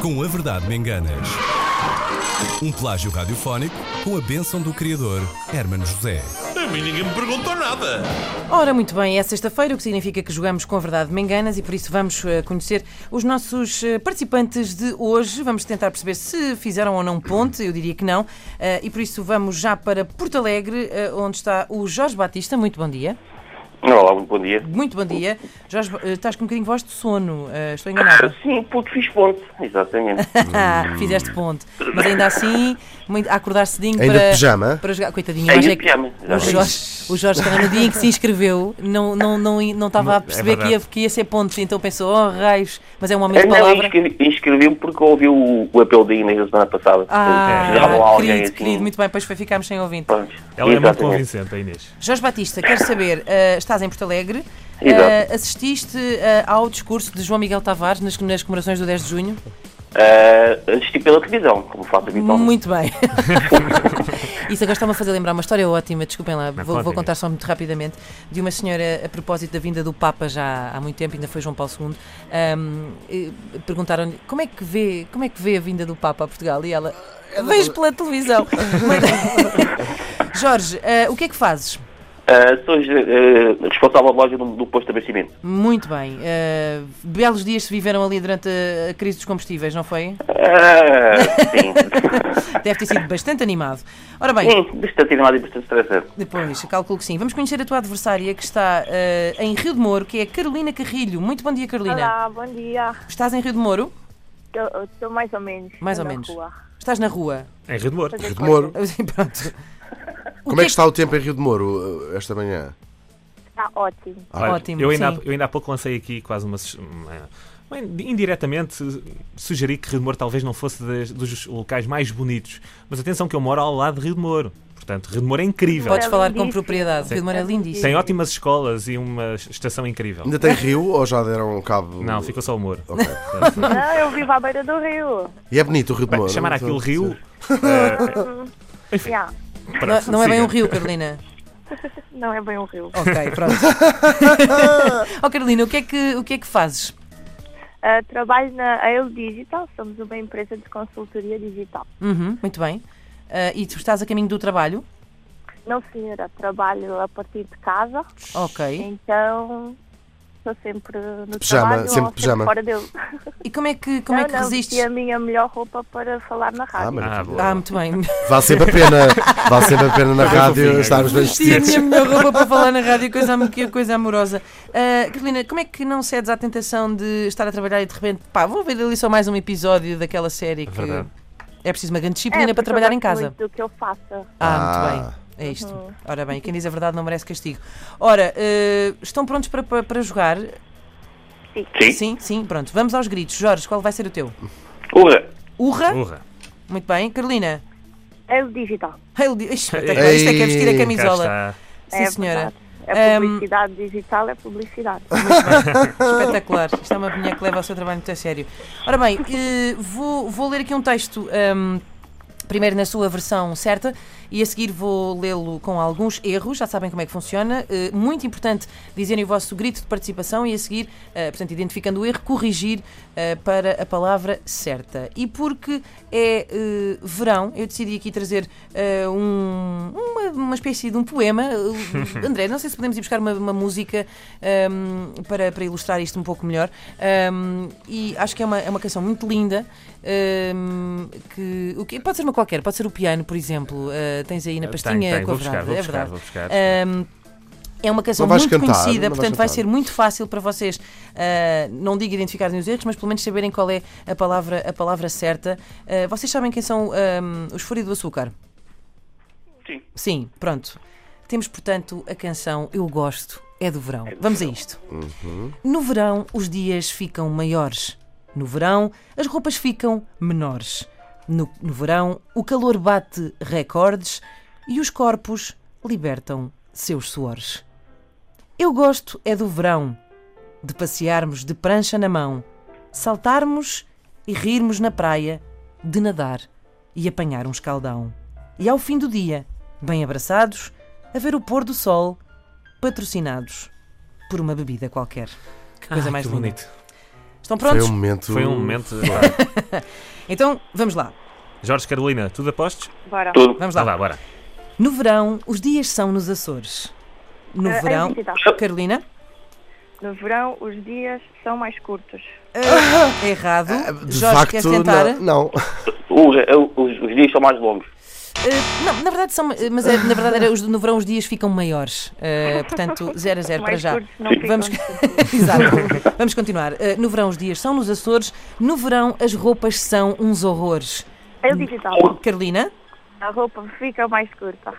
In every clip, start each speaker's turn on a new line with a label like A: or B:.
A: Com a Verdade Me Enganas. Um plágio radiofónico com a bênção do criador, Hermano José.
B: A mim ninguém me perguntou nada.
C: Ora, muito bem, é sexta-feira, o que significa que jogamos com a verdade me enganas e por isso vamos eh, conhecer os nossos eh, participantes de hoje. Vamos tentar perceber se fizeram ou não ponte, eu diria que não. eh, E por isso vamos já para Porto Alegre, eh, onde está o Jorge Batista. Muito bom dia.
D: Olá, muito bom dia.
C: Muito bom dia. Jorge, eh, estás com um bocadinho de voz de sono, eh, estou enganada.
D: Sim, puto, fiz ponto. Exatamente.
C: Ah, Fizeste ponte. Mas ainda assim, muito- a acordar cedinho
E: Ainda
C: para,
E: de pijama?
C: para jogar. Coitadinho,
D: Ainda
C: hoje é
D: de
C: que-
D: pijama,
C: o
D: exatamente.
C: Jorge, o Jorge também no dia em que se inscreveu não, não, não, não estava a
E: é
C: perceber que, ia, que ia ser ponte, então pensou, oh raios, mas é um homem
D: Eu
C: de
D: não
C: palavra.
D: inscrevi- inscrevi-me porque ouvi o, o apelo da Inês da semana passada.
C: Ah,
D: Precisavam
C: querido,
D: assim.
C: querido, muito bem, depois foi ficarmos sem ouvinte.
D: Pronto.
F: Ela é muito
D: Exatamente.
F: convincente, a Inês.
C: Jorge Batista, quero saber, eh, estás em Porto Alegre,
D: Exato.
C: eh, assististe eh, ao discurso de João Miguel Tavares nas, nas comemorações do 10 de junho?
D: Ah, assisti pela televisão, como faço habitualmente.
C: Muito bem. Isso agora está-me a fazer lembrar uma história ótima, desculpem lá, vou,
F: conta,
C: vou contar só muito rapidamente, de uma senhora, a propósito da vinda do Papa já há muito tempo, ainda foi João Paulo II, ahm, e perguntaram-lhe como é que vê, como é que vê a vinda do Papa a Portugal? E ela, vejo pela televisão. Mas- Jorge, ah, o que é que fazes?
D: Ah, sou ah, responsável da loja do, do posto de abastecimento.
C: Muito bem. ah, belos dias se viveram ali durante a, a crise dos combustíveis, não foi?
D: Ah, sim.
C: Deve ter sido bastante animado. Ora bem,
D: sim, bastante animado e bastante estressante.
C: Depois, calculo que sim. Vamos conhecer a tua adversária que está eh, em Rio de Moro, que é Carolina Carrilho. Muito bom dia, Carolina.
G: Olá, bom dia.
C: Estás em Rio de Moro?
G: Estou mais ou menos.
C: Mais ou
G: na
C: menos.
G: Rua.
C: Estás na rua?
F: Em Rio É de Moro.
G: Fazer
C: é.
E: Rio de Moro.
C: Pronto. O
E: Como é que está o tempo em Rio de Moro uh, esta manhã?
G: Está Tá ótimo.
F: Olha,
C: Ótimo,
F: Eu ainda,
C: sim.
F: eu ainda há pouco lancei aqui quase uma. su- uma- uma- indiretamente su- sugeri que Rio de Moro talvez não fosse das- dos locais mais bonitos. Mas atenção que eu moro ao lado de Rio de Moro. Portanto, Rio de Moro é incrível.
C: Podes
G: É
C: falar com
G: lindíssimo.
C: propriedade. Rio de Moro é
G: Sim.
C: lindíssimo.
F: Tem ótimas escolas e uma estação incrível.
E: Ainda tem rio ou já deram um cabo?
F: Não, ficou só o Moro.
E: Ok.
G: Não, eu vivo à beira do rio.
E: E é bonito o Rio de
F: Bem,
E: Moro.
F: chamar
E: então,
F: aquilo Rio. Eh,
E: sim.
G: Já.
C: Não,
F: pronto,
C: não é bem
F: siga.
C: um rio, Carolina.
G: Não é bem um rio.
C: Ok, pronto. oh, Carolina, o que, é que, o que é que fazes?
G: Ah, trabalho na AEL Digital, somos uma empresa de consultoria digital.
C: Uhum, muito bem. Eh, e tu estás a caminho do trabalho?
G: Não, senhora, trabalho a partir de casa,
C: Ok.
G: então estou sempre no
E: Pijama,
G: trabalho
E: sempre
G: ou
E: pijama.
G: fora dele.
C: E como é que, como
G: não,
C: é que
G: não,
C: resistes?
G: vesti a minha melhor roupa para falar na rádio.
E: Ah, mas
F: Ah, boa.
C: Ah, muito bem.
E: vale sempre a pena, vale sempre a pena na rádio
F: fofinho. é
E: estarmos bem
C: Vestir a
E: vestidos.
C: minha melhor roupa para falar na rádio, coisa, am- que coisa amorosa. Ah, Carolina, como é que não cedes à tentação de estar a trabalhar e de repente, pá, vou ver ali só mais um episódio daquela série que
F: Verdade.
C: é preciso uma grande disciplina
G: É,
C: para
G: porque eu
C: trabalhar em
G: gosto
C: casa?
G: Muito Uhum. do que eu faço.
C: Ah,
E: Ah.
C: muito bem. É isto. Ora bem, quem diz a verdade não merece castigo. Ora, ah, estão prontos para, para, para jogar?
D: Sim.
C: Sim, sim, pronto. Vamos aos gritos. Jorge, qual vai ser o teu?
D: Ura,
C: Urra?
F: Urra.
C: Muito bem. Carolina?
G: AEL É Digital.
C: Ai, Isto espetacular. Isto é que é vestir a
E: Ei, cá
C: camisola.
F: Cá está.
C: Sim,
G: é
C: senhora.
G: verdade. É
C: Ahm,
G: publicidade digital, é publicidade.
C: Espetacular. Isto é uma mulher que leva o seu trabalho muito a sério. Ora bem, eh, vou, vou ler aqui um texto. ehm, Primeiro na sua versão certa e a seguir vou lê-lo com alguns erros, já sabem como é que funciona. Eh, Muito importante dizerem o vosso grito de participação e a seguir, eh, portanto, identificando o erro, corrigir eh, para a palavra certa. E porque é eh, verão, eu decidi aqui trazer eh, um- uma, uma espécie de um poema. Eh, André, não sei se podemos ir buscar uma, uma música ehm, para, para ilustrar isto um pouco melhor. Ehm, e acho que é uma, é uma canção muito linda. ehm, que, o que, pode ser uma qualquer, pode ser o piano, por exemplo. eh, tens aí na pastinha
F: tem,
C: com a
F: vou buscar,
C: verdade.
F: vou
C: é
F: buscar,
C: verdade.
F: vou buscar.
C: Ehm, é uma canção
E: Não vais
C: muito
E: cantar,
C: conhecida,
E: não vais
C: portanto vai
E: cantar.
C: ser muito fácil para vocês, ah, não digo identificarem os erros, mas pelo menos saberem qual é a palavra, a palavra certa. Ah, vocês sabem quem são ah, os Fúria do Açúcar?
D: Sim.
C: Sim, pronto. Temos, portanto, a canção Eu Gosto é do Verão. Vamos a isto.
E: Uhum.
C: No verão, os dias ficam maiores. No verão, as roupas ficam menores. No, no verão, o calor bate recordes e os corpos libertam seus suores. Eu gosto é do verão, de passearmos de prancha na mão, saltarmos e rirmos na praia, de nadar e apanhar um escaldão. E ao fim do dia, bem abraçados, a ver o pôr do sol, patrocinados por uma bebida qualquer. Que coisa
F: Ah,
C: mais
F: que
C: linda.
F: bonito.
C: Estão prontos?
E: Foi um momento.
F: Foi um momento.
C: Então, vamos lá.
F: Jorge Carolina, tudo apostes?
G: Bora.
D: Tudo.
C: Vamos
F: Vá,
C: lá.
F: vá, bora.
C: No verão, os dias são nos Açores. No
G: Eh,
C: verão.
G: Elodie, tá.
C: Carolina?
G: No verão, os dias são mais curtos.
C: Ah, Errado.
E: De
C: Jorge,
E: facto,
C: queres tentar?
E: não. não.
D: Os, os, os dias são mais longos.
C: Eh, não, na verdade são. eh, Mas eh, na verdade era, os- no verão os dias ficam maiores. Eh, portanto, 0 a 0 para
G: mais
C: já.
G: curtos não
D: Sim.
G: ficam.
C: Vamos- Exato. Vamos continuar. Eh, no verão os dias são nos Açores. No verão as roupas são uns horrores.
G: Eu É digital.
C: Carolina?
G: A roupa fica mais curta.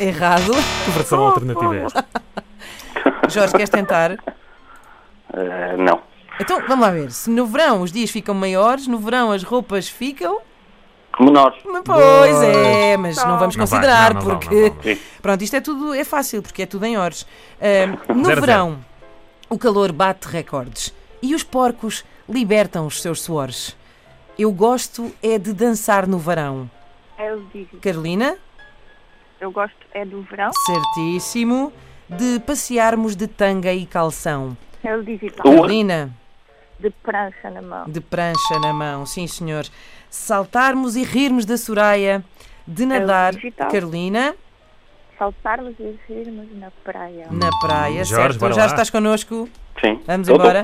C: Errado.
F: Que versão alternativa é esta?
C: Jorge, queres tentar?
D: Eh, não.
C: Então, vamos lá ver. Se no verão os dias ficam maiores, no verão as roupas ficam.
D: Menores.
C: Mas, Pois é, mas não vamos
F: Não vai,
C: considerar
F: não, não vão,
C: porque.
F: não vão,
C: Pronto, isto é tudo é fácil porque é tudo em horas. Ahm, no
F: Zero a
C: verão, o calor bate recordes e os porcos libertam os seus suores. Eu gosto é de dançar no verão.
G: Eu É digital.
C: Carolina,
G: Eu gosto é do verão.
C: certíssimo. De passearmos de tanga e calção.
G: Eu é digital.
D: Tu.
C: Carolina.
G: De prancha na mão.
C: De prancha na mão, sim senhor. Saltarmos e rirmos da Soraya.
F: É
C: De nadar,
G: digital.
C: Carolina,
G: Saltarmos e rirmos na praia.
C: na praia,
F: Jorge,
C: certo?
F: bora
C: Já
F: lá.
C: estás connosco?
D: Sim.
C: Vamos
D: Eu tô-
C: embora.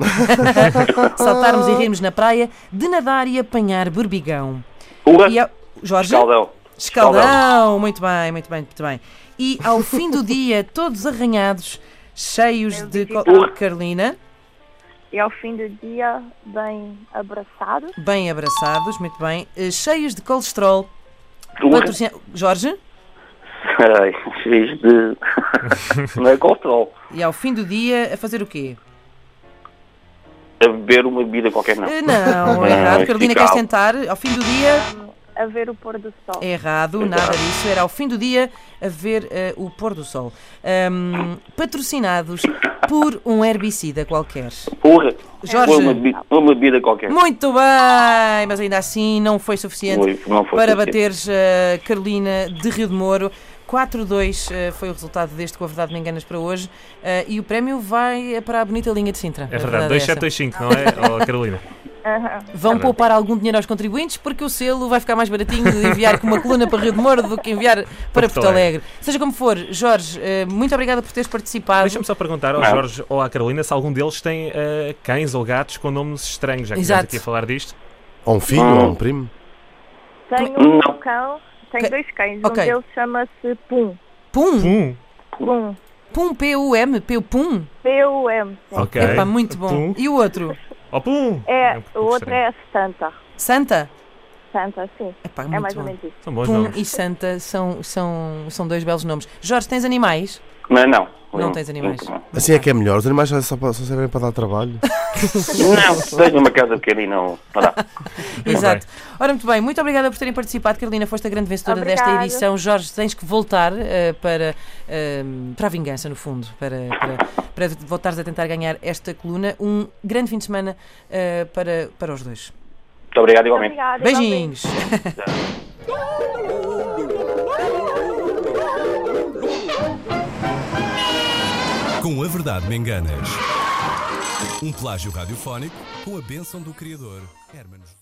C: Saltarmos e rirmos na praia. De nadar e apanhar berbigão.
D: Ua,
C: E ao... Jorge?
D: Escaldão.
C: Escaldão! Muito bem, muito bem, muito bem. E ao fim do dia, todos arranhados, cheios
G: Eu
C: de...
G: digital.
C: co- Oh, Carolina,
G: E ao fim do dia, bem abraçado.
C: bem abraçados, muito bem. eh, Cheios de colesterol.
D: Ua,
C: Patrocina- Jorge?
D: ai, fiz de... não é control.
C: E ao fim do dia, a fazer o quê?
D: A beber uma bebida qualquer, não.
C: Eh, Não,
D: Não,
C: é errado.
D: é
C: Carolina,
D: fiscal.
C: queres tentar? Ao fim do dia.
G: A ver o pôr do sol.
C: É errado, nada disso. Era ao fim do dia a ver eh, o pôr do sol. Ahm, patrocinados por um herbicida qualquer.
D: Porra.
C: Jorge.
D: Foi uma, bebida- foi uma bebida qualquer.
C: Muito bem, mas ainda assim não foi suficiente
D: Foi- não foi
C: para
D: suficiente.
C: bateres a Carolina de Rio de Moro. 4-2 eh, foi o resultado deste com a verdade me enganas para hoje eh, e o prémio vai eh, para a bonita linha de Sintra.
F: É
C: A
F: verdade,
C: é essa.
F: 2725, não é, oh, Carolina?
C: Vão poupar algum dinheiro aos contribuintes porque o selo vai ficar mais baratinho de enviar com uma coluna para Rio de Moro do que enviar para Porto
F: Porto Alegre.
C: Alegre. Seja como for, Jorge, eh, muito obrigada por teres participado.
F: Deixa-me só perguntar ao
D: Não.
F: Jorge ou à Carolina se algum deles tem eh, cães ou gatos com nomes estranhos, já que
C: Exato.
F: estamos aqui a falar disto.
E: Ou um filho, ou um primo.
G: Tenho um
D: Não.
G: cão, tenho
C: Ok.
G: dois cães.
C: Ok.
G: Um deles chama-se Pum.
C: Pum,
F: Pum!
G: Pum.
C: Pum, P-U-M, P- Pum.
G: P-U-M. sim.
F: Ok.
C: Epá, muito bom.
F: Pum.
C: E o outro?
F: Oh, pum!
G: É,
F: um pouco
G: o outro
F: estranho.
G: é Santa.
C: Santa?
G: Santa, sim.
C: Epá,
G: é
C: muito
G: mais ou
C: bom.
G: menos isso.
F: São bons
C: Pum
F: nomes.
C: e Santa são, são, são dois belos nomes. Jorge, tens animais?
D: Não, não.
C: Não tens animais.
D: Não,
E: Assim é que é melhor. Os animais só, só servem para dar trabalho.
D: não tens numa casa pequenina. Não, não dá.
C: Exato. Ora, muito bem, muito obrigada por terem participado. Carolina, foste a grande vencedora desta
G: Obrigada.
C: edição. Jorge, tens que voltar eh, para, eh, para a vingança, no fundo, para, para, para voltares a tentar ganhar esta coluna. Um grande fim de semana eh, para, para os dois.
D: Muito obrigado igualmente.
G: Obrigada. igualmente.
C: Beijinhos!
A: Com a verdade me enganas. Um plágio radiofónico com a bênção do criador, Hermanos.